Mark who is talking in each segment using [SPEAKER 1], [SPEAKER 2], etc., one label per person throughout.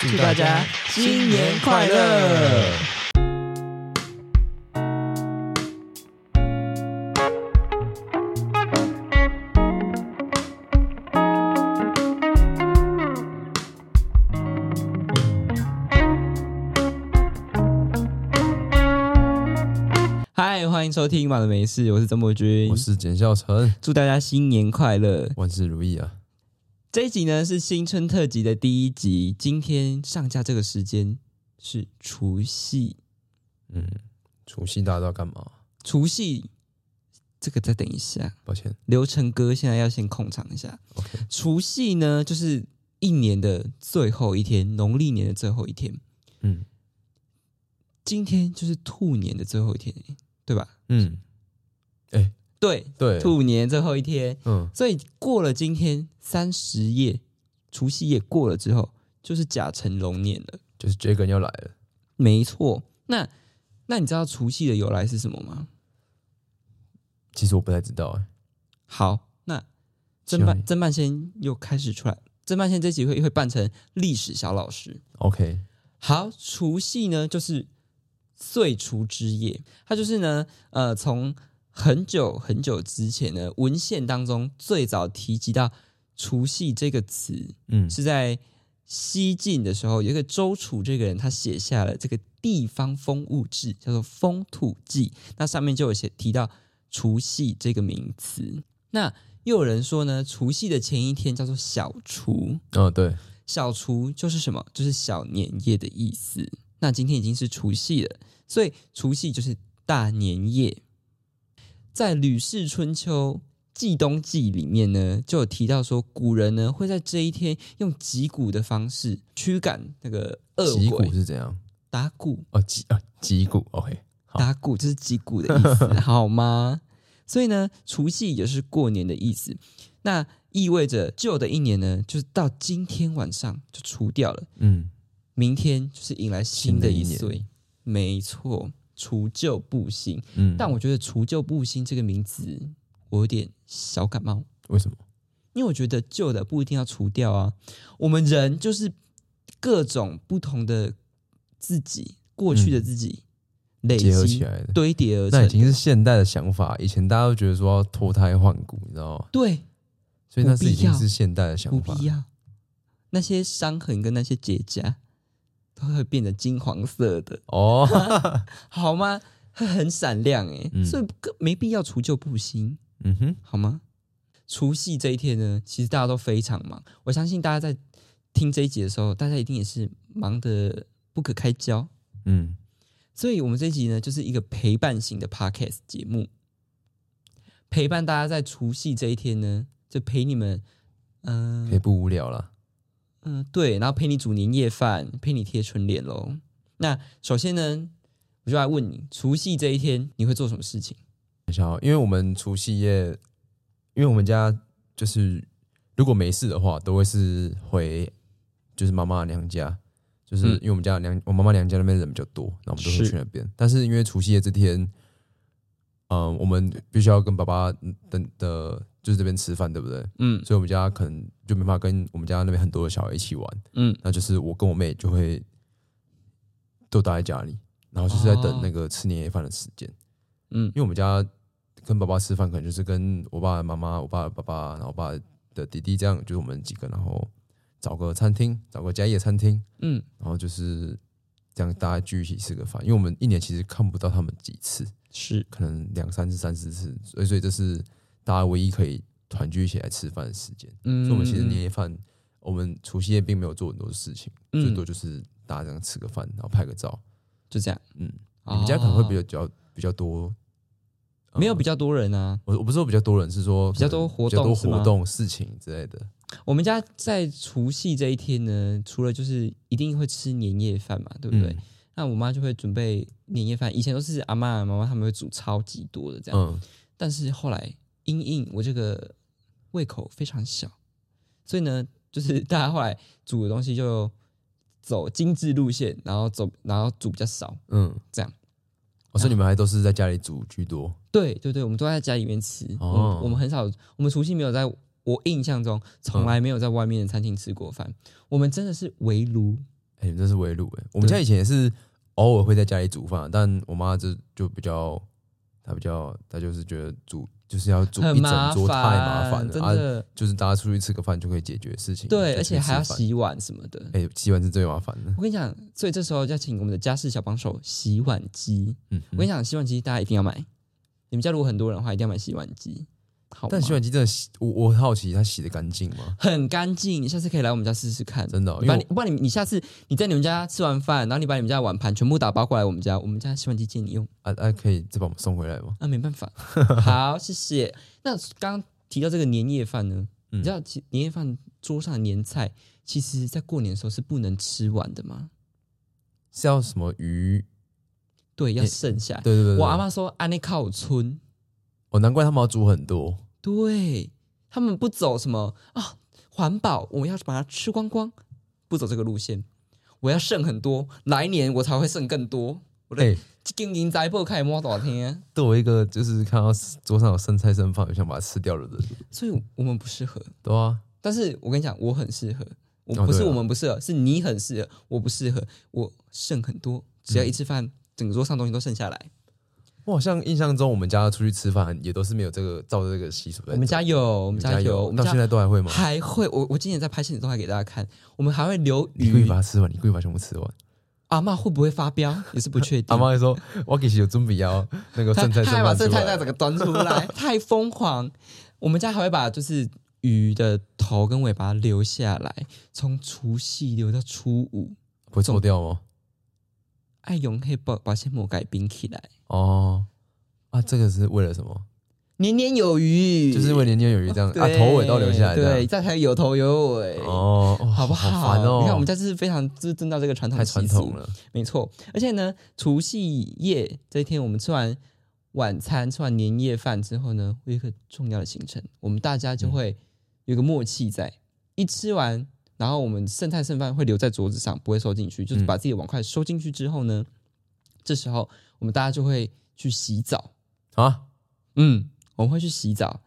[SPEAKER 1] 祝大家新年快乐！嗨，欢迎收听《马的没事》，我是曾博君
[SPEAKER 2] 我，是简孝成，
[SPEAKER 1] 祝大家新年快乐！
[SPEAKER 2] 万事如意啊！
[SPEAKER 1] 这一集呢是新春特辑的第一集，今天上架这个时间是除夕，
[SPEAKER 2] 嗯，除夕大家都要干嘛？
[SPEAKER 1] 除夕这个再等一下，
[SPEAKER 2] 抱歉
[SPEAKER 1] 流程哥现在要先控场一下。
[SPEAKER 2] ，OK，
[SPEAKER 1] 除夕呢，就是一年的最后一天，农历年的最后一天，
[SPEAKER 2] 嗯
[SPEAKER 1] 今天就是兔年的最后一天，对吧？
[SPEAKER 2] 嗯，
[SPEAKER 1] 对，
[SPEAKER 2] 对，
[SPEAKER 1] 兔年最后一天，
[SPEAKER 2] 嗯
[SPEAKER 1] 所以过了今天三十夜，除夕夜过了之后，就是甲辰龙年了。
[SPEAKER 2] 就是 Jagan 要来了，
[SPEAKER 1] 没错，那那你知道除夕的由来是什么吗？
[SPEAKER 2] 其实我不太知道哎、
[SPEAKER 1] 好，那
[SPEAKER 2] 希
[SPEAKER 1] 曾
[SPEAKER 2] 望
[SPEAKER 1] 半
[SPEAKER 2] 你
[SPEAKER 1] 曾半仙又开始出来了，曾半仙这集会会扮成历史小老师。
[SPEAKER 2] OK，
[SPEAKER 1] 好，除夕呢就是岁除之夜，它就是呢呃从很久很久之前呢文献当中最早提及到除夕这个词，
[SPEAKER 2] 嗯
[SPEAKER 1] 是在西晋的时候，有一个周楚这个人，他写下了这个地方风物志，叫做《风土记》。那上面就有写提到除夕这个名词。那又有人说呢，除夕的前一天叫做小除，
[SPEAKER 2] 嗯对，
[SPEAKER 1] 小除就是什么？就是小年夜的意思。那今天已经是除夕了，所以除夕就是大年夜。在《吕氏春秋·季冬记》里面呢，就有提到说，古人呢会在这一天用击鼓的方式驱赶那个恶
[SPEAKER 2] 击鼓
[SPEAKER 1] 鬼，
[SPEAKER 2] 是怎样？
[SPEAKER 1] 打鼓
[SPEAKER 2] 哦击啊击鼓，OK，好
[SPEAKER 1] 打鼓就是击鼓的意 思，好吗？所以呢，除夕也是过年的意思，那意味着旧的一年呢，就是到今天晚上就除掉了。
[SPEAKER 2] 嗯
[SPEAKER 1] 明天就是迎来新的一
[SPEAKER 2] 新的一
[SPEAKER 1] 岁，没错，除旧布新。
[SPEAKER 2] 嗯，
[SPEAKER 1] 但我觉得“除旧布新”这个名词，我有点小感冒，
[SPEAKER 2] 为什么？
[SPEAKER 1] 因为我觉得旧的不一定要除掉啊。我们人就是各种不同的自己，过去的自己、累
[SPEAKER 2] 嗯结合
[SPEAKER 1] 积
[SPEAKER 2] 起来的，
[SPEAKER 1] 堆叠而
[SPEAKER 2] 那
[SPEAKER 1] 成。
[SPEAKER 2] 已经是现代的想法，以前大家都觉得说要脱胎换骨，你知道吗？
[SPEAKER 1] 对，
[SPEAKER 2] 所以那是
[SPEAKER 1] 不
[SPEAKER 2] 已
[SPEAKER 1] 必
[SPEAKER 2] 经
[SPEAKER 1] 要
[SPEAKER 2] 是现代的想
[SPEAKER 1] 不
[SPEAKER 2] 法
[SPEAKER 1] 必，要。那些伤痕跟那些结痂都会变得金黄色的。
[SPEAKER 2] 哦，
[SPEAKER 1] 好吗？它很闪亮哎、
[SPEAKER 2] 嗯
[SPEAKER 1] 所以更没必要除旧布新，
[SPEAKER 2] 嗯哼，
[SPEAKER 1] 好吗？除夕这一天呢，其实大家都非常忙，我相信大家在听这一集的时候，大家一定也是忙得不可开交。
[SPEAKER 2] 嗯，
[SPEAKER 1] 所以我们这一集呢，就是一个陪伴型的 podcast 节目，陪伴大家在除夕这一天呢，就陪你们，嗯、
[SPEAKER 2] 也不无聊啦。
[SPEAKER 1] 嗯，对，然后陪你煮年夜饭，陪你贴春联喽。那首先呢，我就来问你，除夕这一天你会做什么事情？
[SPEAKER 2] 等一下哦，因为我们除夕夜，因为我们家就是如果没事的话，都会是回就是妈妈的娘家，就是
[SPEAKER 1] 嗯
[SPEAKER 2] 因为我们家的娘我妈妈娘家那边人比较多，然后我们都会
[SPEAKER 1] 是
[SPEAKER 2] 去那边。但是因为除夕夜这天，嗯、我们必须要跟爸爸的的，就是这边吃饭，对不对？
[SPEAKER 1] 嗯
[SPEAKER 2] 所以我们家可能就没办法跟我们家那边很多的小孩一起玩，
[SPEAKER 1] 嗯，
[SPEAKER 2] 那就是我跟我妹就会都待在家里，然后就是在等
[SPEAKER 1] 哦
[SPEAKER 2] 那个吃年夜饭的时间。
[SPEAKER 1] 嗯
[SPEAKER 2] 因为我们家跟爸爸吃饭，可能就是跟我爸的妈妈、我爸的爸爸，然后我爸的弟弟这样，就是我们几个，然后找个餐厅，找个家夜餐厅，
[SPEAKER 1] 嗯，
[SPEAKER 2] 然后就是这样大家聚一起吃个饭。因为我们一年其实看不到他们几次，
[SPEAKER 1] 是
[SPEAKER 2] 可能两三次、三四次，所以所以这是大家唯一可以团聚一起来吃饭的时间。
[SPEAKER 1] 嗯，
[SPEAKER 2] 所以我们其实年夜饭，我们除夕夜并没有做很多事情，
[SPEAKER 1] 嗯
[SPEAKER 2] 最多就是大家这样吃个饭，然后拍个照。
[SPEAKER 1] 就这样，
[SPEAKER 2] 嗯，你们家可能会比较比较比较多，
[SPEAKER 1] 哦没有比
[SPEAKER 2] 较。
[SPEAKER 1] 较多人啊。
[SPEAKER 2] 我我不是说比较多人，是说
[SPEAKER 1] 比较
[SPEAKER 2] 可能
[SPEAKER 1] 多活
[SPEAKER 2] 比较多
[SPEAKER 1] 动是吗
[SPEAKER 2] 活动、事情之类的。
[SPEAKER 1] 我们家在除夕这一天呢，除了就是一定会吃年夜饭嘛，对不对？
[SPEAKER 2] 嗯
[SPEAKER 1] 那我妈就会准备年夜饭，以前都是阿妈、妈妈他们会煮超级多的这样，
[SPEAKER 2] 嗯，
[SPEAKER 1] 但是后来因应我这个胃口非常小，所以呢，就是 大家后来煮的东西就走精致路线，然后走然后煮比较少。
[SPEAKER 2] 嗯，
[SPEAKER 1] 这样。
[SPEAKER 2] 我说你们还都是在家里煮居多，
[SPEAKER 1] 对对对，我们都在家里面吃。
[SPEAKER 2] 哦
[SPEAKER 1] 我们我们很少，我们除夕没有在
[SPEAKER 2] 嗯
[SPEAKER 1] 我印象中从来没有在外面的餐厅吃过饭，我们真的是围炉
[SPEAKER 2] 哎、这是围炉哎。我们家以前也是偶尔会在家里煮饭，但我妈就就比较，她比较，她就是觉得煮就是要煮
[SPEAKER 1] 很
[SPEAKER 2] 一
[SPEAKER 1] 麻
[SPEAKER 2] 整桌太麻烦
[SPEAKER 1] 真
[SPEAKER 2] 了啊，
[SPEAKER 1] 的。
[SPEAKER 2] 就是大家出去吃个饭就可以解决的事情。
[SPEAKER 1] 对，
[SPEAKER 2] 就
[SPEAKER 1] 而
[SPEAKER 2] 出去
[SPEAKER 1] 且还要
[SPEAKER 2] 吃饭。
[SPEAKER 1] 洗碗什么的。
[SPEAKER 2] 哎、洗碗是最麻烦的。
[SPEAKER 1] 我跟你讲，所以这时候要请我们的家事小帮手洗碗机。
[SPEAKER 2] 嗯，
[SPEAKER 1] 我跟你讲，洗碗机大家一定要买。你们家如果很多人的话，一定要买洗碗机。好吗，
[SPEAKER 2] 但洗碗机真的洗，我我很好奇它洗的干净吗？
[SPEAKER 1] 很干净，你下次可以来我们家试试看。
[SPEAKER 2] 真的哦、
[SPEAKER 1] 你
[SPEAKER 2] 因
[SPEAKER 1] 把
[SPEAKER 2] 为
[SPEAKER 1] 你，
[SPEAKER 2] 我
[SPEAKER 1] 不然你，你下次你在你们家吃完饭，然后你把你们家的碗盘全部打包过来我们家，我们家洗碗机借你用。
[SPEAKER 2] 啊啊，可以再把我们送回来吗？
[SPEAKER 1] 啊，没办 法。好，谢谢。那刚刚提到这个年夜饭呢，
[SPEAKER 2] 嗯
[SPEAKER 1] 你知道其年夜饭桌上的年菜，其实在过年的时候是不能吃完的吗？
[SPEAKER 2] 是要什么鱼？
[SPEAKER 1] 对，要
[SPEAKER 2] 诶
[SPEAKER 1] 剩下来。
[SPEAKER 2] 对对对对
[SPEAKER 1] 我阿妈说，安内靠村，
[SPEAKER 2] 哦，难怪他们要煮很多。
[SPEAKER 1] 对他们不走什么啊环保，我们要把它吃光光，不走这个路线。我要剩很多，来年我才会剩更多。我的
[SPEAKER 2] 哎、
[SPEAKER 1] 金银财宝开摸多啊天，
[SPEAKER 2] 对我一个就是看到桌上有剩菜剩饭，就想把它吃掉了的人。
[SPEAKER 1] 所以我们不适合。
[SPEAKER 2] 对啊，
[SPEAKER 1] 但是我跟你讲，我很适合。我
[SPEAKER 2] 哦
[SPEAKER 1] 不是
[SPEAKER 2] 对啊
[SPEAKER 1] 我们不适合，是你很适合，我不适合。我剩很多，只要一吃饭，整个桌上东西都剩下来。
[SPEAKER 2] 我好像印象中我们家出去吃饭也都是没有这个照这个习俗在
[SPEAKER 1] 我们
[SPEAKER 2] 走
[SPEAKER 1] 家有，我
[SPEAKER 2] 我
[SPEAKER 1] 们家有，我们
[SPEAKER 2] 到现
[SPEAKER 1] 家
[SPEAKER 2] 在都还会吗？
[SPEAKER 1] 还会。我我今年在拍现实动态给大家看，我们还会留
[SPEAKER 2] 你故意
[SPEAKER 1] 鱼
[SPEAKER 2] 把。它吃完，你故意把它全部吃完。
[SPEAKER 1] 阿嬷会不会发飙也是不确定。
[SPEAKER 2] 阿妈还说：“ 我其实有准备要那个
[SPEAKER 1] 她
[SPEAKER 2] 剩菜
[SPEAKER 1] 她还
[SPEAKER 2] 剩
[SPEAKER 1] 把
[SPEAKER 2] 饭出
[SPEAKER 1] 剩菜那
[SPEAKER 2] 来。
[SPEAKER 1] 整个端出 来，太疯狂。我们家还会把就是鱼的头跟尾巴留下来，从除夕留到初五。”
[SPEAKER 2] 不会臭掉吗？
[SPEAKER 1] 爱用黑把把些魔改冰起来，
[SPEAKER 2] 哦，啊，这个是为了什么？
[SPEAKER 1] 年年有余，
[SPEAKER 2] 就是为年年有余这样
[SPEAKER 1] 对
[SPEAKER 2] 啊，头尾都留下来这样
[SPEAKER 1] 对，这样才有头有尾，
[SPEAKER 2] 哦，哦
[SPEAKER 1] 好不
[SPEAKER 2] 好烦哦！
[SPEAKER 1] 你看我们家就是非常就是遵照这个传统
[SPEAKER 2] 太
[SPEAKER 1] 习俗
[SPEAKER 2] 传统，了，
[SPEAKER 1] 没错。而且呢，除夕夜这一天，我们吃完晚餐、吃完年夜饭之后呢，会有一个重要的行程，我们大家
[SPEAKER 2] 嗯
[SPEAKER 1] 就会有一个默契在，一吃完。然后我们剩菜剩饭会留在桌子上，不会收进去，就是
[SPEAKER 2] 嗯
[SPEAKER 1] 把自己的碗筷收进去之后呢，这时候我们大家就会去洗澡，
[SPEAKER 2] 啊！
[SPEAKER 1] 嗯，我们会去洗澡，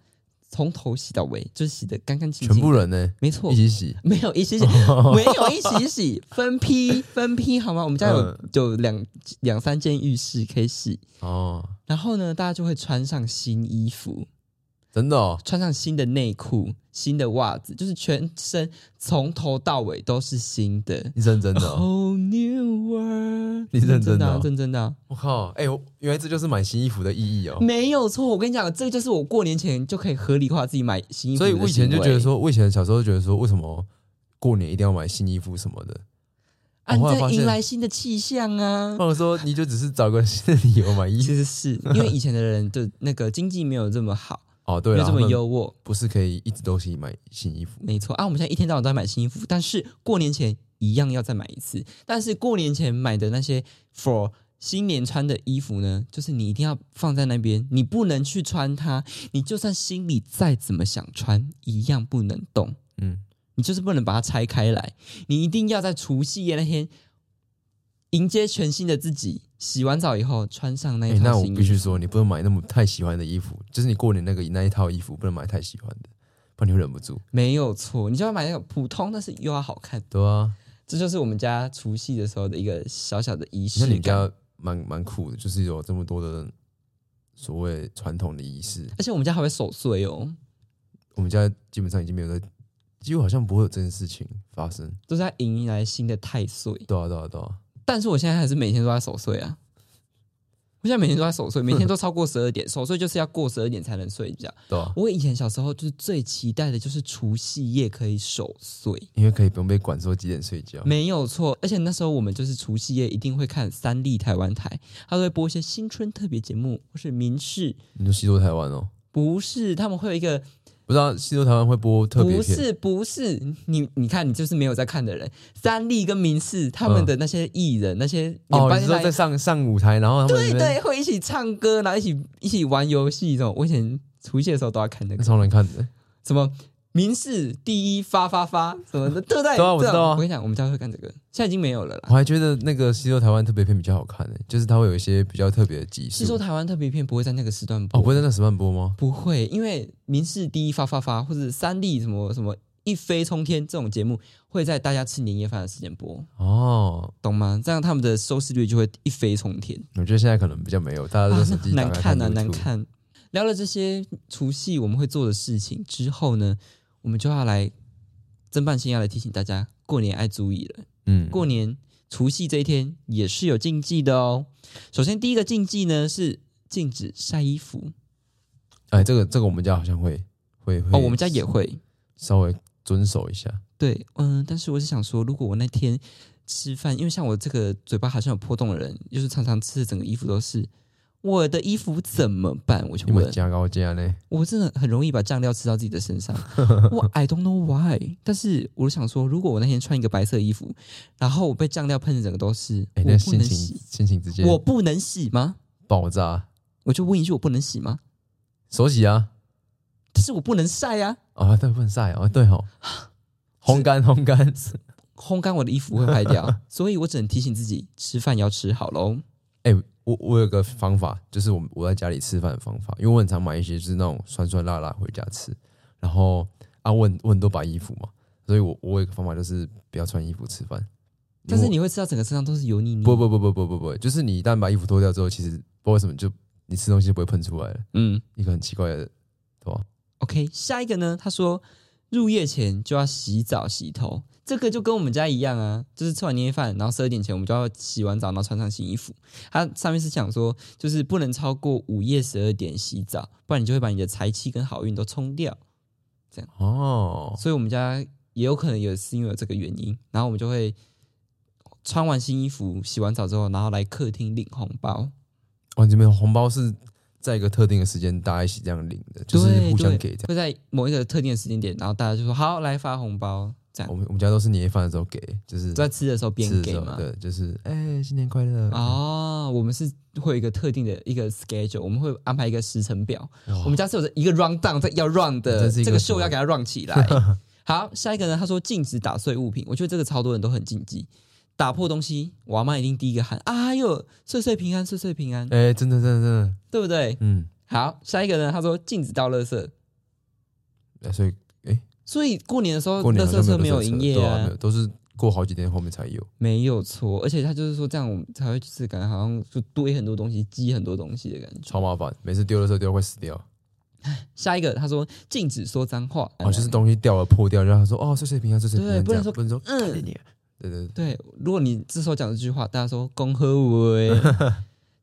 [SPEAKER 1] 从头洗到尾，就是洗的干干净
[SPEAKER 2] 全
[SPEAKER 1] 净。
[SPEAKER 2] 部人呢
[SPEAKER 1] 没错
[SPEAKER 2] 一，起洗，
[SPEAKER 1] 没有一起 洗，没有一起洗，分批分批好吗？我们家有、
[SPEAKER 2] 嗯
[SPEAKER 1] 有两两三间浴室可以洗，
[SPEAKER 2] 哦，
[SPEAKER 1] 然后呢，大家就会穿上新衣服，
[SPEAKER 2] 真的哦，
[SPEAKER 1] 穿上新的内裤、新的袜子，就是全身从头到尾都是新的。
[SPEAKER 2] 你认真的哦，
[SPEAKER 1] Whole new world，
[SPEAKER 2] 你认真的
[SPEAKER 1] 啊
[SPEAKER 2] 哦
[SPEAKER 1] 认真的啊，
[SPEAKER 2] 我靠，哎，我原来这就是买新衣服的意义哦。
[SPEAKER 1] 没有错。我跟你讲，这就是我过年前就可以合理化自己买新衣服
[SPEAKER 2] 所
[SPEAKER 1] 的
[SPEAKER 2] 以
[SPEAKER 1] 行为。
[SPEAKER 2] 我以前就觉得说，我以前小时候就觉得说，为什么过年一定要买新衣服什么的？
[SPEAKER 1] 啊，你
[SPEAKER 2] 我后来
[SPEAKER 1] 在
[SPEAKER 2] 发
[SPEAKER 1] 迎
[SPEAKER 2] 现
[SPEAKER 1] 来新的气象啊！
[SPEAKER 2] 或者说你就只是找个新的理由买衣
[SPEAKER 1] 其
[SPEAKER 2] 服？
[SPEAKER 1] 实是因为以前的人的那个经济没有这么好，
[SPEAKER 2] 哦，对
[SPEAKER 1] 没有
[SPEAKER 2] 了，
[SPEAKER 1] 这
[SPEAKER 2] 他
[SPEAKER 1] 么
[SPEAKER 2] 们
[SPEAKER 1] 优渥，
[SPEAKER 2] 不是可以一直都是买新衣服？
[SPEAKER 1] 没错啊。我们现在一天到晚都在买新衣服，但是过年前一样要再买一次。但是过年前买的那些 for 新年穿的衣服呢，就是你一定要放在那边，你不能去穿它。你就算心里再怎么想穿，一样不能动。
[SPEAKER 2] 嗯，
[SPEAKER 1] 你就是不能把它拆开来，你一定要在除夕夜那天迎接全新的自己。洗完澡以后穿上那
[SPEAKER 2] 哎、
[SPEAKER 1] 一
[SPEAKER 2] 那
[SPEAKER 1] 套
[SPEAKER 2] 我
[SPEAKER 1] 新衣
[SPEAKER 2] 必须说，你不能买那么太喜欢的衣服，就是你过年那个那一套衣服不能买太喜欢的，不然你会忍不住。
[SPEAKER 1] 没有错，你就要买那种普通，但是又要好看。
[SPEAKER 2] 对啊，
[SPEAKER 1] 这就是我们家除夕的时候的一个小小的仪
[SPEAKER 2] 那
[SPEAKER 1] 式
[SPEAKER 2] 你
[SPEAKER 1] 感。
[SPEAKER 2] 家蛮蛮酷的，就是有这么多的所谓传统的仪式。
[SPEAKER 1] 而且我们家还会守岁哦，
[SPEAKER 2] 我们家基本上已经没有在，几乎好像不会有这件事情发生。
[SPEAKER 1] 都是在迎来新的太岁。
[SPEAKER 2] 对啊，对啊，对啊。
[SPEAKER 1] 但是我现在还是每天都在守岁啊，我现在每天都在守岁，每天都超过十二点。守岁就是要过十二点才能睡觉。
[SPEAKER 2] 对啊，
[SPEAKER 1] 我以前小时候就是最期待的就是除夕夜可以守岁，
[SPEAKER 2] 因为可以不用被管说几点睡觉。
[SPEAKER 1] 没有错。而且那时候我们就是除夕夜一定会看三立台湾台，它都会播一些新春特别节目或是民视。
[SPEAKER 2] 你说西周台湾哦，
[SPEAKER 1] 不是，他们会有一个
[SPEAKER 2] 不知道西周台湾会播特别
[SPEAKER 1] 不
[SPEAKER 2] 片，
[SPEAKER 1] 是不是，你你看你就是没有在看的人。三立跟民视他们的那些艺人，那些演
[SPEAKER 2] 哦，
[SPEAKER 1] 班
[SPEAKER 2] 你说
[SPEAKER 1] 上、
[SPEAKER 2] 在上上舞台，然后他们
[SPEAKER 1] 对
[SPEAKER 2] 那边
[SPEAKER 1] 对，会一起唱歌，然后一起一起玩游戏这种。我以前除夕的时候都要看那
[SPEAKER 2] 那
[SPEAKER 1] 个
[SPEAKER 2] 超难看的。
[SPEAKER 1] 什么民视第一发发发什么的，对不对？
[SPEAKER 2] 对啊哦我知
[SPEAKER 1] 这种
[SPEAKER 2] 道啊
[SPEAKER 1] 我跟你讲，我们家会看这个，现在已经没有了啦。
[SPEAKER 2] 我还觉得那个西周台湾特别片比较好看呢、就是它会有一些比较特别的哦集数。
[SPEAKER 1] 是说台湾特别片不会在那个时段播，
[SPEAKER 2] 哦，不会在那时段播吗？
[SPEAKER 1] 不会，因为民视第一发发发或者三立什么什么一飞冲天这种节目会在大家吃年夜饭的时间播，
[SPEAKER 2] 哦，
[SPEAKER 1] 懂吗？这样他们的收视率就会一飞冲天。
[SPEAKER 2] 我觉得现在可能比较没有，大家都手机打
[SPEAKER 1] 难
[SPEAKER 2] 开
[SPEAKER 1] 看啊，
[SPEAKER 2] YouTube
[SPEAKER 1] 难。看。聊了这些除夕我们会做的事情之后呢，我们就要来曾半仙要来提醒大家，过年爱注意了。
[SPEAKER 2] 嗯，
[SPEAKER 1] 过年除夕这一天也是有禁忌的哦。首先第一个禁忌呢是禁止晒衣服
[SPEAKER 2] 哎，这个这个我们家好像会会会
[SPEAKER 1] 哦，我们家也会。
[SPEAKER 2] 稍微遵守一下。
[SPEAKER 1] 对，嗯，但是我是想说，如果我那天吃饭，因为像我这个嘴巴好像有破洞的人，就是常常吃的整个衣服都是，我的衣服怎么办？我就
[SPEAKER 2] 你
[SPEAKER 1] 问
[SPEAKER 2] 们，加高啊价呢？
[SPEAKER 1] 我真的很容易把酱料吃到自己的身 上。我 I don't know why，但是我想说，如果我那天穿一个白色衣服，然后我被酱料喷的整个都是，我
[SPEAKER 2] 哎，那
[SPEAKER 1] 不
[SPEAKER 2] 心
[SPEAKER 1] 能
[SPEAKER 2] 情
[SPEAKER 1] 洗，
[SPEAKER 2] 心情直接
[SPEAKER 1] 我不能洗吗？
[SPEAKER 2] 爆炸，
[SPEAKER 1] 我就问一句，我不能洗吗？
[SPEAKER 2] 手洗啊！
[SPEAKER 1] 但是我不能晒呀、
[SPEAKER 2] 啊，对，不能晒啊！对哦，烘干烘干。
[SPEAKER 1] 烘干我的衣服会坏 掉，所以我只能提醒自己，吃饭要吃好喽。
[SPEAKER 2] 哎、我我有个方法，就是我我在家里吃饭的方法，因为我很常买一些就是那种酸酸辣辣回家吃，然后啊我很我很多白衣服嘛，所以我我有一个方法就是不要穿衣服吃饭。
[SPEAKER 1] 但是
[SPEAKER 2] 因为
[SPEAKER 1] 你会吃到整个身上都是油腻腻。
[SPEAKER 2] 我不不不不不不不，就是你一旦把衣服脱掉之后，其实不知道为什么就你吃东西就不会喷出来了，
[SPEAKER 1] 嗯
[SPEAKER 2] 一个很奇怪的，对吧？
[SPEAKER 1] ，OK，下一个呢？他说入夜前就要洗澡洗头，这个就跟我们家一样啊，就是吃完年夜饭，然后十二点前我们就要洗完澡，然后穿上新衣服。它上面是讲说，就是不能超过午夜十二点洗澡，不然你就会把你的财气跟好运都冲掉。
[SPEAKER 2] 哦，
[SPEAKER 1] 所以我们家也有可能也是因为有这个原因，然后我们就会穿完新衣服、洗完澡之后，然后来客厅领红包。
[SPEAKER 2] 哦，你们红包是在一个特定的时间大家一起这样领的，就是
[SPEAKER 1] 对
[SPEAKER 2] 互相
[SPEAKER 1] 对
[SPEAKER 2] 给这样。
[SPEAKER 1] 会在某一个特定的时间点，然后大家就说好来发红包，这样
[SPEAKER 2] 我们我们家都是年夜饭的时候给，就是
[SPEAKER 1] 在吃的时候边
[SPEAKER 2] 哦吃的
[SPEAKER 1] 给
[SPEAKER 2] 时候，
[SPEAKER 1] 嘛。
[SPEAKER 2] 对，就是哎、新年快乐！
[SPEAKER 1] 哦，我们是会有一个特定的一个 schedule，我们会安排一个时程表。
[SPEAKER 2] 哇
[SPEAKER 1] 我们家是有一个 round down 在要 run 的，
[SPEAKER 2] 这是一个
[SPEAKER 1] 这个秀要给它 run 起 来。好，下一个呢？他说禁止打碎物品，我觉得这个超多人都很禁忌，打破东西，我阿妈一定第一个喊啊哟，岁岁平安，岁岁平安，
[SPEAKER 2] 哎、真的，真的，真的，
[SPEAKER 1] 对不对？
[SPEAKER 2] 嗯，
[SPEAKER 1] 好，下一个呢？他说禁止倒垃圾，
[SPEAKER 2] 哎所以
[SPEAKER 1] 所以过年的时候，
[SPEAKER 2] 过年
[SPEAKER 1] 垃
[SPEAKER 2] 好像
[SPEAKER 1] 圾车
[SPEAKER 2] 没
[SPEAKER 1] 有
[SPEAKER 2] 垃圾
[SPEAKER 1] 营业
[SPEAKER 2] 对啊，没有，都是过好几天后面才有。
[SPEAKER 1] 没有错。而且他就是说这样，我们才会就是感觉好像就堆很多东西，积很多东西的感觉。
[SPEAKER 2] 超麻烦，每次丢的时候丢到快死掉。
[SPEAKER 1] 下一个他说禁止说脏话，哎
[SPEAKER 2] 哦，就是东西掉了破掉，然后他说哦，岁岁平安，岁岁平安，
[SPEAKER 1] 对不能
[SPEAKER 2] 这样
[SPEAKER 1] 说
[SPEAKER 2] 不能说，
[SPEAKER 1] 嗯
[SPEAKER 2] 嗯，对对对，
[SPEAKER 1] 对，如果你这时候讲这句话，大家说“恭贺我 欸”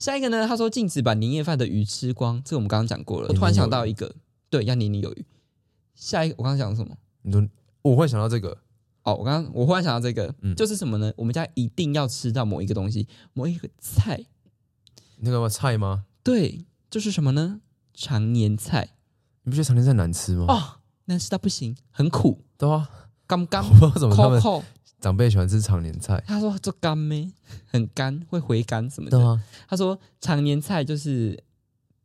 [SPEAKER 1] 下一个呢，他说禁止把年夜饭的鱼吃光，这个我们刚刚讲过了。
[SPEAKER 2] 哦
[SPEAKER 1] 我突然想到一个，对，要年年有余。下一个我刚刚讲什么？
[SPEAKER 2] 你说我会想到这个，
[SPEAKER 1] 哦，我刚刚我忽然想到这个，
[SPEAKER 2] 嗯
[SPEAKER 1] 就是什么呢？我们家一定要吃到某一个东西，某一个菜，
[SPEAKER 2] 那个菜吗？
[SPEAKER 1] 对，就是什么呢？常年菜
[SPEAKER 2] 你不觉得常年菜难吃吗？
[SPEAKER 1] 哦，难吃到不行，很苦，
[SPEAKER 2] 对啊，
[SPEAKER 1] 刚刚
[SPEAKER 2] 我不知道为什么他
[SPEAKER 1] 扣
[SPEAKER 2] 们
[SPEAKER 1] 扣。
[SPEAKER 2] 长辈喜欢吃常年菜，
[SPEAKER 1] 他说这干咩，很干，会回甘什么的
[SPEAKER 2] 对。啊，
[SPEAKER 1] 他说常年菜就是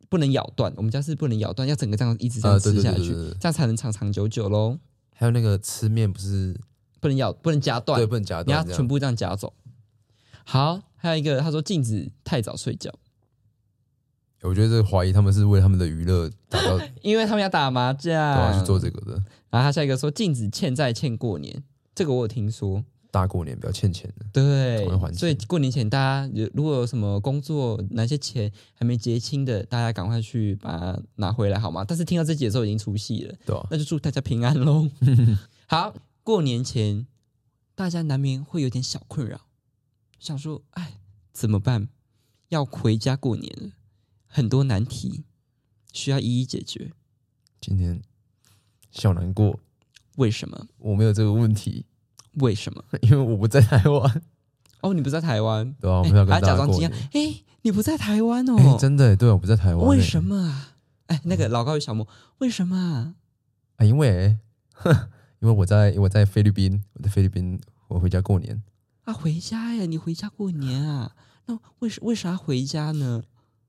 [SPEAKER 1] 不能咬断，我们家是不能咬断，要整个这样一直这
[SPEAKER 2] 呃，
[SPEAKER 1] 样
[SPEAKER 2] 对
[SPEAKER 1] 吃
[SPEAKER 2] 对
[SPEAKER 1] 下
[SPEAKER 2] 对
[SPEAKER 1] 去，
[SPEAKER 2] 对对，对
[SPEAKER 1] 这样才能长长久久喽。
[SPEAKER 2] 还有那个吃面不是
[SPEAKER 1] 不能咬，不能夹断
[SPEAKER 2] 对，不能夹
[SPEAKER 1] 你要
[SPEAKER 2] 断，这
[SPEAKER 1] 全
[SPEAKER 2] 样
[SPEAKER 1] 部这样夹走。好，还有一个他说禁止太早睡觉，
[SPEAKER 2] 我觉得这个怀疑他们是为了他们的娱乐打到，对
[SPEAKER 1] 因为他们要打麻将。
[SPEAKER 2] 啊，去做这个的。
[SPEAKER 1] 然后他下一个说禁止欠债欠过年，这个我有听说。
[SPEAKER 2] 大过年不要欠钱的，
[SPEAKER 1] 对
[SPEAKER 2] 赶快还，钱
[SPEAKER 1] 所以过年前大家有如果有什么工作哪些钱还没结清的，大家赶快去把它拿回来好吗？但是听到这集的时候已经除夕了。
[SPEAKER 2] 对吧？
[SPEAKER 1] 那就祝大家平安 喽。好，过年前大家难免会有点小困扰，想说，哎，怎么办？要回家过年了，很多难题需要一一解决。
[SPEAKER 2] 今天小难过，
[SPEAKER 1] 为什么？
[SPEAKER 2] 我没有这个问题，
[SPEAKER 1] 为什么？
[SPEAKER 2] 因为我不在台湾，
[SPEAKER 1] 哦，你不在台湾，
[SPEAKER 2] 对吧？我
[SPEAKER 1] 哎
[SPEAKER 2] 们要跟
[SPEAKER 1] 还
[SPEAKER 2] 大
[SPEAKER 1] 假
[SPEAKER 2] 家
[SPEAKER 1] 装
[SPEAKER 2] 过
[SPEAKER 1] 惊
[SPEAKER 2] 年
[SPEAKER 1] 讶。，哎，你不在台湾哦？
[SPEAKER 2] 哎，真的耶，对，我不在台湾耶。
[SPEAKER 1] 为什么啊？哎，那个老高与小莫，为什么啊？
[SPEAKER 2] 啊？因为， 因为我在我在菲律宾，我在菲律宾，我回家过年。
[SPEAKER 1] 啊，回家呀，你回家过年啊？那为什为啥回家呢？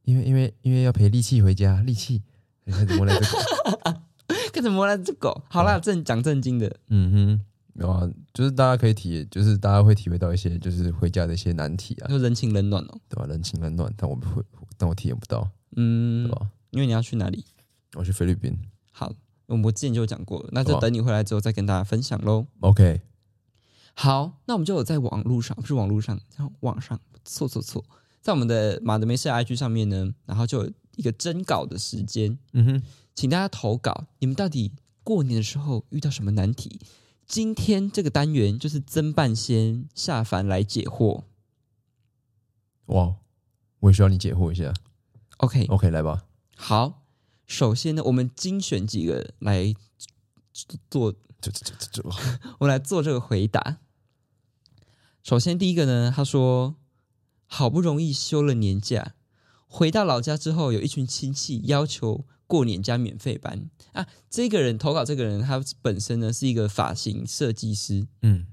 [SPEAKER 2] 因为因为因为要陪利器回家，利器，你看怎么来这个？
[SPEAKER 1] 干什么来这狗？好啦，正讲正经的，
[SPEAKER 2] 嗯哼，没有啊，就是大家可以体，就是大家会体会到一些就是回家的一些难题啊，
[SPEAKER 1] 就人情冷暖哦。
[SPEAKER 2] 对吧？人情冷暖，但我不会，但我体验不到，对
[SPEAKER 1] 嗯，
[SPEAKER 2] 吧？
[SPEAKER 1] 因为你要去哪里？
[SPEAKER 2] 我去菲律宾，
[SPEAKER 1] 好，我们之前就有讲过了，那就
[SPEAKER 2] 哇
[SPEAKER 1] 等你回来之后再跟大家分享喽。
[SPEAKER 2] OK，
[SPEAKER 1] 好，那我们就有在网络上，不是网络上，叫网上，错错错，在我们的马德梅社 IG 上面呢，然后就有一个征稿的时间，
[SPEAKER 2] 嗯哼，
[SPEAKER 1] 请大家投稿，你们到底过年的时候遇到什么难题？今天这个单元就是曾半仙下凡来解惑。
[SPEAKER 2] 哇，我也需要你解惑一下。
[SPEAKER 1] OK，
[SPEAKER 2] OK，来吧，
[SPEAKER 1] 好，首先呢，我们精选几个来做，
[SPEAKER 2] 这这这这这，
[SPEAKER 1] 我们来做这个回答。首先第一个呢，他说，好不容易休了年假，回到老家之后，有一群亲戚要求过年加免费班啊。这个人投稿，这个人他本身呢是一个发型设计师，
[SPEAKER 2] 嗯，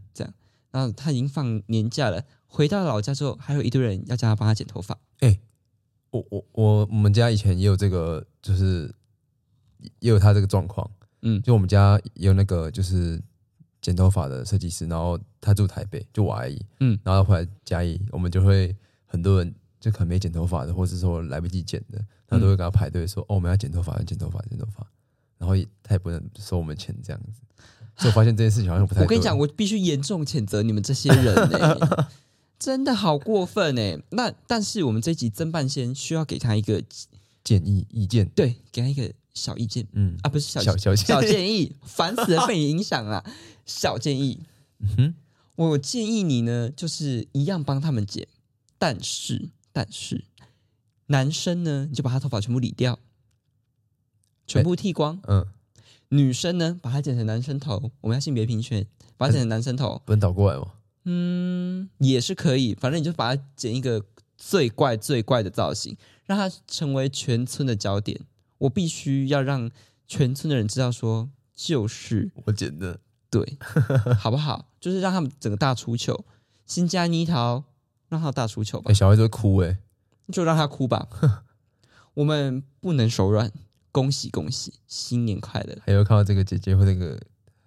[SPEAKER 1] 然后他已经放年假了，回到老家之后，还有一堆人要叫他帮他剪头发。
[SPEAKER 2] 我我我我们家以前也有这个，就是也有他这个状况，
[SPEAKER 1] 嗯
[SPEAKER 2] 就我们家也有那个就是剪头发的设计师，然后他住台北，就我阿姨，
[SPEAKER 1] 嗯
[SPEAKER 2] 然后他回来嘉义，我们就会很多人就可能没剪头发的，或是说来不及剪的，他
[SPEAKER 1] 嗯
[SPEAKER 2] 都会给他排队说、哦，我们要剪头发，要剪头发，剪头发，然后也他也不能收我们钱这样子，所以我发现这件事情好像嗯不太对。
[SPEAKER 1] 我跟你讲，我必须严重谴责你们这些人呢、真的好过分哎、那但是我们这一集曾半仙需要给他一个
[SPEAKER 2] 建议意见，
[SPEAKER 1] 对，给他一个小意见
[SPEAKER 2] 嗯，
[SPEAKER 1] 啊，不是小
[SPEAKER 2] 小小建议
[SPEAKER 1] 小建议，烦死了，被你影响 了。小建议，
[SPEAKER 2] 哼
[SPEAKER 1] 我建议你呢，就是一样帮他们剪，但是但是男生呢，你就把他头发全部理掉，全部剃光。
[SPEAKER 2] 嗯，
[SPEAKER 1] 女生呢，把它剪成男生头，我们要性别平权，把它剪成男生头，
[SPEAKER 2] 不能倒过来哦嘛，
[SPEAKER 1] 嗯，也是可以，反正你就把它剪一个最怪最怪的造型，让它成为全村的焦点。我必须要让全村的人知道说，就是
[SPEAKER 2] 我剪的，
[SPEAKER 1] 对，好不好？就是让他们整个大出糗，新加妮桃让他大出糗吧
[SPEAKER 2] 哎、，小孩子会哭哎、
[SPEAKER 1] 就让他哭吧。我们不能手软，恭喜恭喜，新年快乐！
[SPEAKER 2] 还有看到这个姐姐或这个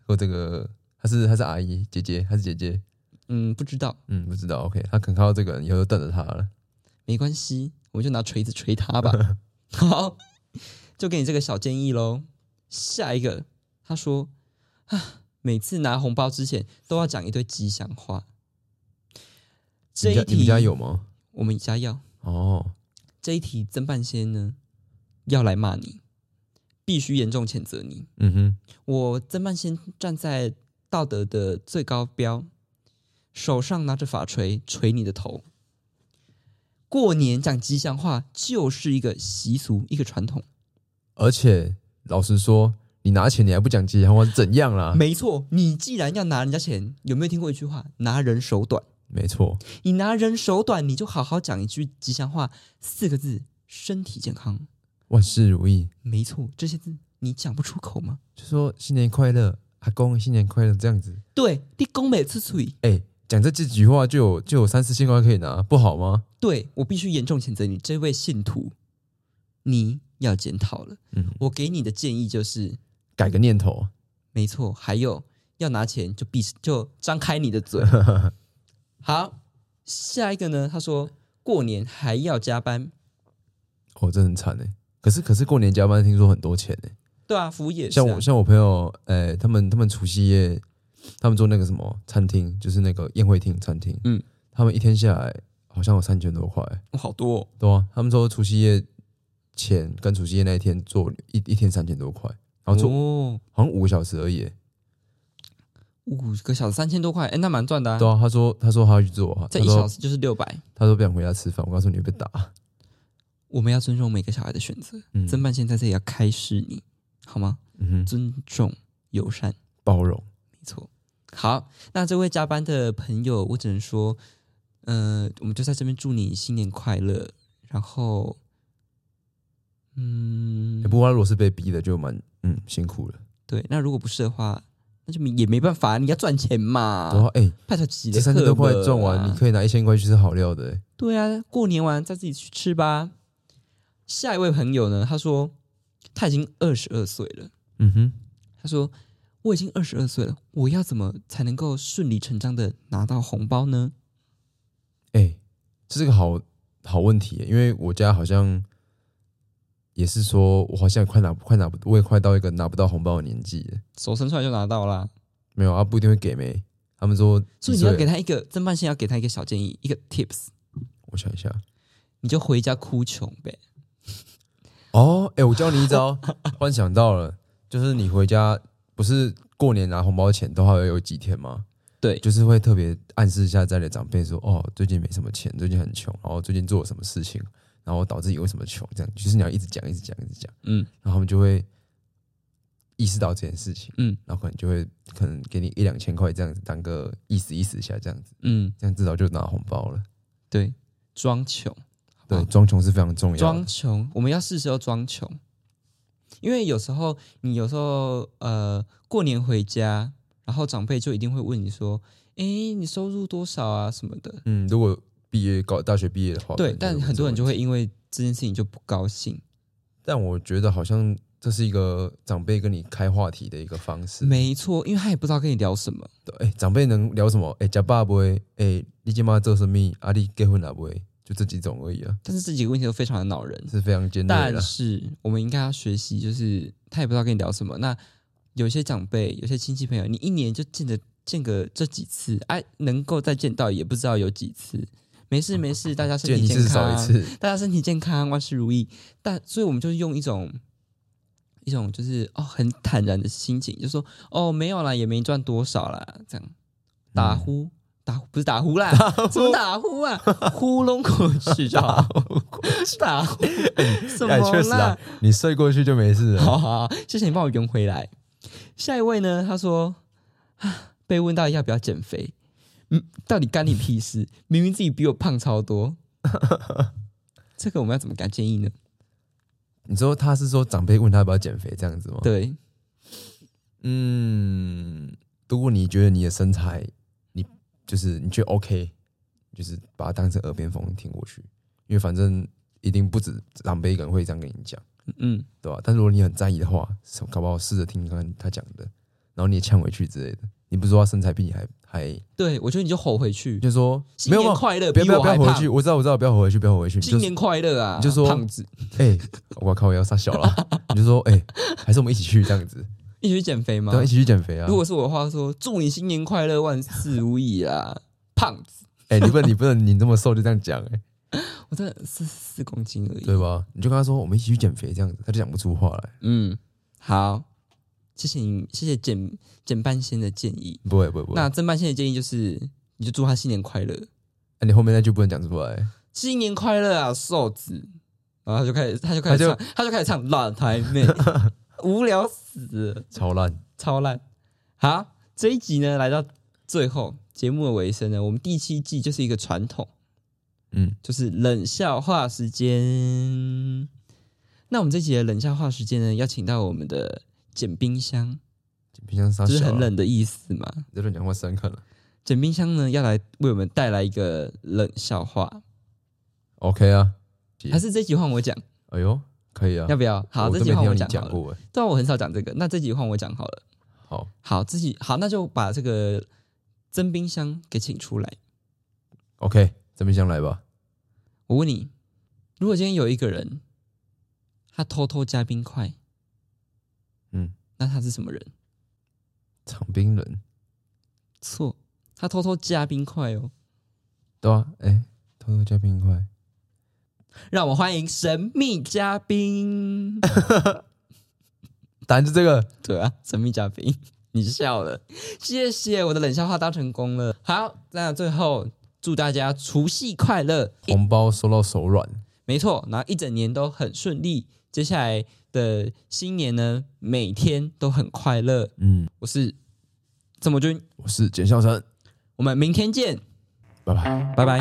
[SPEAKER 2] 或这个，她是她是阿姨姐姐，她是姐姐，
[SPEAKER 1] 嗯，不知道
[SPEAKER 2] 嗯，不知道，OK，她可能看到这个以后就瞪着她了。
[SPEAKER 1] 没关系，我就拿锤子锤他 吧。好，就给你这个小建议喽。下一个，他说啊，每次拿红包之前都要讲一堆吉祥话。这
[SPEAKER 2] 你
[SPEAKER 1] 一
[SPEAKER 2] 家
[SPEAKER 1] 题
[SPEAKER 2] 你们家有吗？
[SPEAKER 1] 我们家要
[SPEAKER 2] 哦，
[SPEAKER 1] 这一题曾半仙呢要来骂你，必须严重谴责你。
[SPEAKER 2] 嗯哼，
[SPEAKER 1] 我曾半仙站在道德的最高标，手上拿着法锤锤你的头。过年讲吉祥话就是一个习俗，一个传统。
[SPEAKER 2] 而且老实说，你拿钱你还不讲吉祥话是怎样啦？
[SPEAKER 1] 没错，你既然要拿人家钱，有没有听过一句话“拿人手短
[SPEAKER 2] 没错，”？
[SPEAKER 1] 你拿人手短，你就好好讲一句吉祥话，四个字：身体健康。
[SPEAKER 2] 万事如意，
[SPEAKER 1] 没错，这些字你讲不出口吗？
[SPEAKER 2] 就说新年快乐，阿公新年快乐这样子。
[SPEAKER 1] 对，你公美之嘴，
[SPEAKER 2] 哎、讲这几句话就有就有三四千块可以拿，不好吗？
[SPEAKER 1] 对我必须严重谴责你这位信徒，你要检讨了。
[SPEAKER 2] 嗯，
[SPEAKER 1] 我给你的建议就是，
[SPEAKER 2] 改个念头，
[SPEAKER 1] 没错，还有要拿钱就闭就张开你的 嘴。好，下一个呢？他说过年还要加班，
[SPEAKER 2] 哦，这很惨哎、可是可是过年加班听说很多钱哎、
[SPEAKER 1] 对啊，服务业是啊
[SPEAKER 2] 像我像我朋友，呃、他们他们除夕夜，他们做那个什么餐厅，就是那个宴会厅餐厅，
[SPEAKER 1] 嗯，
[SPEAKER 2] 他们一天下来好像有三千多块，
[SPEAKER 1] 我好多、哦，
[SPEAKER 2] 对啊，他们说除夕夜前跟除夕夜那一天做一一天三千多块，然后做、
[SPEAKER 1] 哦，
[SPEAKER 2] 好像五个小时而已耶，
[SPEAKER 1] 五个小时三千多块，哎，那蛮赚的、啊。
[SPEAKER 2] 对啊，他说他说他要去做啊，
[SPEAKER 1] 这
[SPEAKER 2] 他
[SPEAKER 1] 一小
[SPEAKER 2] 说
[SPEAKER 1] 时就是六百。
[SPEAKER 2] 他说不想回家吃饭，我告诉你会被打，
[SPEAKER 1] 我们要尊重每个小孩的选择。
[SPEAKER 2] 嗯
[SPEAKER 1] 曾半仙在这里要开示你，好吗？
[SPEAKER 2] 嗯哼，
[SPEAKER 1] 尊重、友善，
[SPEAKER 2] 包容，
[SPEAKER 1] 没错。好，那这位加班的朋友，我只能说，呃，我们就在这边祝你新年快乐。然后，嗯
[SPEAKER 2] 欸、，不过他如果是被逼的就蛮嗯辛苦了，
[SPEAKER 1] 对，那如果不是的话，那就也没办法，你要赚钱嘛。
[SPEAKER 2] 然后哎
[SPEAKER 1] 派头啊几
[SPEAKER 2] 这
[SPEAKER 1] 的啊
[SPEAKER 2] 三千多块
[SPEAKER 1] 课本
[SPEAKER 2] 赚完，
[SPEAKER 1] 啊
[SPEAKER 2] 你可以拿一千块去吃好料的耶，欸
[SPEAKER 1] 对啊，过年完再自己去吃吧。下一位朋友呢，他说他已经二十二岁了。
[SPEAKER 2] 嗯哼，
[SPEAKER 1] 他说我已经二十二岁了，我要怎么才能够顺理成章的拿到红包呢？
[SPEAKER 2] 哎、这是个好好问题耶，因为我家好像也是说我好像快拿快拿不，我也快到一个拿不到红包的年纪了。
[SPEAKER 1] 手伸出来就拿到啦。
[SPEAKER 2] 没有啊，不一定会给没。他们说，
[SPEAKER 1] 所以你要给他一个侦办线，要给他一个小建议，一个 tips，
[SPEAKER 2] 我想一下。
[SPEAKER 1] 你就回家哭穷呗。
[SPEAKER 2] 哦，哎、我教你 一招，突然想到了，就是你回家不是过年拿红包前都还会有几天吗？
[SPEAKER 1] 对
[SPEAKER 2] 就是会特别暗示一下家里的长辈说，哦，最近没什么钱，最近很穷，然后最近做了什么事情，然后导致你为什么穷，这样，就是你要一直讲，一直讲，一直讲，
[SPEAKER 1] 嗯，
[SPEAKER 2] 然后他们就会意识到这件事情，
[SPEAKER 1] 嗯，
[SPEAKER 2] 然后可能就会可能给你一两千块这样子当个意思意思一下，这样子，
[SPEAKER 1] 嗯，
[SPEAKER 2] 这样至少就拿红包了。
[SPEAKER 1] 对，装穷，
[SPEAKER 2] 对
[SPEAKER 1] 好，
[SPEAKER 2] 装穷是非常重要
[SPEAKER 1] 装
[SPEAKER 2] 的。
[SPEAKER 1] 穷，我们要适时要装穷，因为有时候你有时候呃过年回家，然后长辈就一定会问你说：“诶，你收入多少啊？什么的。
[SPEAKER 2] 嗯，如果毕业高大学毕业的话，”
[SPEAKER 1] 哦对，
[SPEAKER 2] 可能
[SPEAKER 1] 但
[SPEAKER 2] 就
[SPEAKER 1] 很多人就
[SPEAKER 2] 会。
[SPEAKER 1] 会因为这件事情就不高兴。
[SPEAKER 2] 但我觉得好像这是一个长辈跟你开话题的一个方式。
[SPEAKER 1] 没错，因为他也不知道跟你聊什么。
[SPEAKER 2] 哎、长辈能聊什么？哎、欸，假爸不会？哎、你今妈做什么？啊，你结婚了不会？就这几种而已啊，
[SPEAKER 1] 但是这几个问题都非常的恼人。啊
[SPEAKER 2] 是非常尖锐
[SPEAKER 1] 但
[SPEAKER 2] 的。
[SPEAKER 1] 是我们应该要学习，就是他也不知道跟你聊什么。那有些长辈、有些亲戚朋友，你一年就见的见个这几次，哎、能够再见到也不知道有几次。没事没事，大家身
[SPEAKER 2] 哦见
[SPEAKER 1] 体
[SPEAKER 2] 一
[SPEAKER 1] 健
[SPEAKER 2] 次
[SPEAKER 1] 康，
[SPEAKER 2] 少一次，
[SPEAKER 1] 大家身体健康，万事如意。但所以我们就是用一种一种就是哦很坦然的心情，就说哦没有啦，也没赚多少啦，这样打呼、
[SPEAKER 2] 嗯
[SPEAKER 1] 打呼不是打呼啦，什么打呼啊，呼弄 过去就好， 打呼什么
[SPEAKER 2] 哎，
[SPEAKER 1] 啦？
[SPEAKER 2] 确实啊，你睡过去就没事了。
[SPEAKER 1] 好好，好 谢谢你帮我圆回来。下一位呢？他说，啊被问到要不要减肥，嗯，到底干你屁事？明明自己比我胖超 多，这个我们要怎么敢建议呢？
[SPEAKER 2] 你说他是说长辈问他要不要减肥这样子吗？，
[SPEAKER 1] 对，
[SPEAKER 2] 嗯，如果你觉得你的身材，你就是你觉得 OK，就是把它当成耳边风听过去，因为反正一定不止长辈一个人会这样跟你讲。
[SPEAKER 1] 嗯，
[SPEAKER 2] 对吧、但如果你很在意的话，什搞不好试着听看看他讲的，然后你也呛回去之类的。你不是说他身材比你还还，
[SPEAKER 1] 对，我觉得你就吼回去，
[SPEAKER 2] 就说
[SPEAKER 1] 新
[SPEAKER 2] 没有没
[SPEAKER 1] 年
[SPEAKER 2] 有，
[SPEAKER 1] 快乐，
[SPEAKER 2] 不要
[SPEAKER 1] 比
[SPEAKER 2] 不要
[SPEAKER 1] 我
[SPEAKER 2] 不
[SPEAKER 1] 还
[SPEAKER 2] 要回
[SPEAKER 1] 胖
[SPEAKER 2] 去，。我知道我知道，不要回去不要回去，你
[SPEAKER 1] 新
[SPEAKER 2] 就
[SPEAKER 1] 年快乐啊！
[SPEAKER 2] 你就说
[SPEAKER 1] 胖子
[SPEAKER 2] 哎，我靠，我要撒小了， 你就说哎、还是我们一起去这样子，
[SPEAKER 1] 一起去减肥吗
[SPEAKER 2] 对啊，？一起去减肥啊
[SPEAKER 1] 如。果是我的话说，祝你新年快乐，万事如意啊！胖子，
[SPEAKER 2] 哎、你不能你不能你这么瘦就这样讲 哎、
[SPEAKER 1] 我真的是四公斤而已。
[SPEAKER 2] 对吧？你就跟他说我们一起去减肥这样子，他就讲不出话来，
[SPEAKER 1] 嗯，好，谢谢你，谢谢简简半仙的建议。
[SPEAKER 2] 不会不会不会。
[SPEAKER 1] 那郑半仙的建议就是，你就祝他新年快乐，
[SPEAKER 2] 那、你后面那句不能讲出来，
[SPEAKER 1] 新年快乐啊，瘦子。然后他就开始，他就开始
[SPEAKER 2] 他就
[SPEAKER 1] 唱，他就开始唱《老台 妹》，无聊死了，
[SPEAKER 2] 超烂。
[SPEAKER 1] 超烂。好，这一集呢，来到最后节目的尾声呢，我们第七季就是一个传统，
[SPEAKER 2] 嗯，
[SPEAKER 1] 就是冷笑话时间。那我们这集的冷笑话时间呢，要请到我们的简冰箱。
[SPEAKER 2] 平常撒
[SPEAKER 1] 就是
[SPEAKER 2] 小
[SPEAKER 1] 很
[SPEAKER 2] 了，
[SPEAKER 1] 冷的意思嘛。
[SPEAKER 2] 你在乱讲话深刻了。
[SPEAKER 1] 简冰箱呢要来为我们带来一个冷笑话，
[SPEAKER 2] OK 啊，
[SPEAKER 1] 还是这集换我讲，
[SPEAKER 2] 哎呦，可以啊，
[SPEAKER 1] 要不要？好，
[SPEAKER 2] 我
[SPEAKER 1] 这
[SPEAKER 2] 都
[SPEAKER 1] 集
[SPEAKER 2] 没
[SPEAKER 1] 换
[SPEAKER 2] 听到
[SPEAKER 1] 我
[SPEAKER 2] 你
[SPEAKER 1] 讲好
[SPEAKER 2] 讲
[SPEAKER 1] 了
[SPEAKER 2] 过哎。
[SPEAKER 1] 对啊，我很少讲这个，那这集换我讲好了。
[SPEAKER 2] 好，
[SPEAKER 1] 好，这集好，那就把这个真冰箱给请出来。
[SPEAKER 2] OK，这边先来吧。
[SPEAKER 1] 我问你，如果今天有一个人，他偷偷加冰块，
[SPEAKER 2] 嗯，
[SPEAKER 1] 那他是什么人？
[SPEAKER 2] 长冰人，
[SPEAKER 1] 错，他偷偷加冰块哦。
[SPEAKER 2] 对啊，哎、偷偷加冰块，
[SPEAKER 1] 让我们欢迎神秘嘉宾。
[SPEAKER 2] 答案是这个。
[SPEAKER 1] 对啊，神秘嘉宾，你笑了，谢谢，我的冷笑话当成功了。好，那最后祝大家除夕快乐，一
[SPEAKER 2] 红包收到手软，
[SPEAKER 1] 没错，然后一整年都很顺利。接下来的新年呢，每天都很快乐。
[SPEAKER 2] 嗯，
[SPEAKER 1] 我是郑博君，
[SPEAKER 2] 我是简孝成，
[SPEAKER 1] 我们明天见，
[SPEAKER 2] 拜拜。
[SPEAKER 1] 拜拜。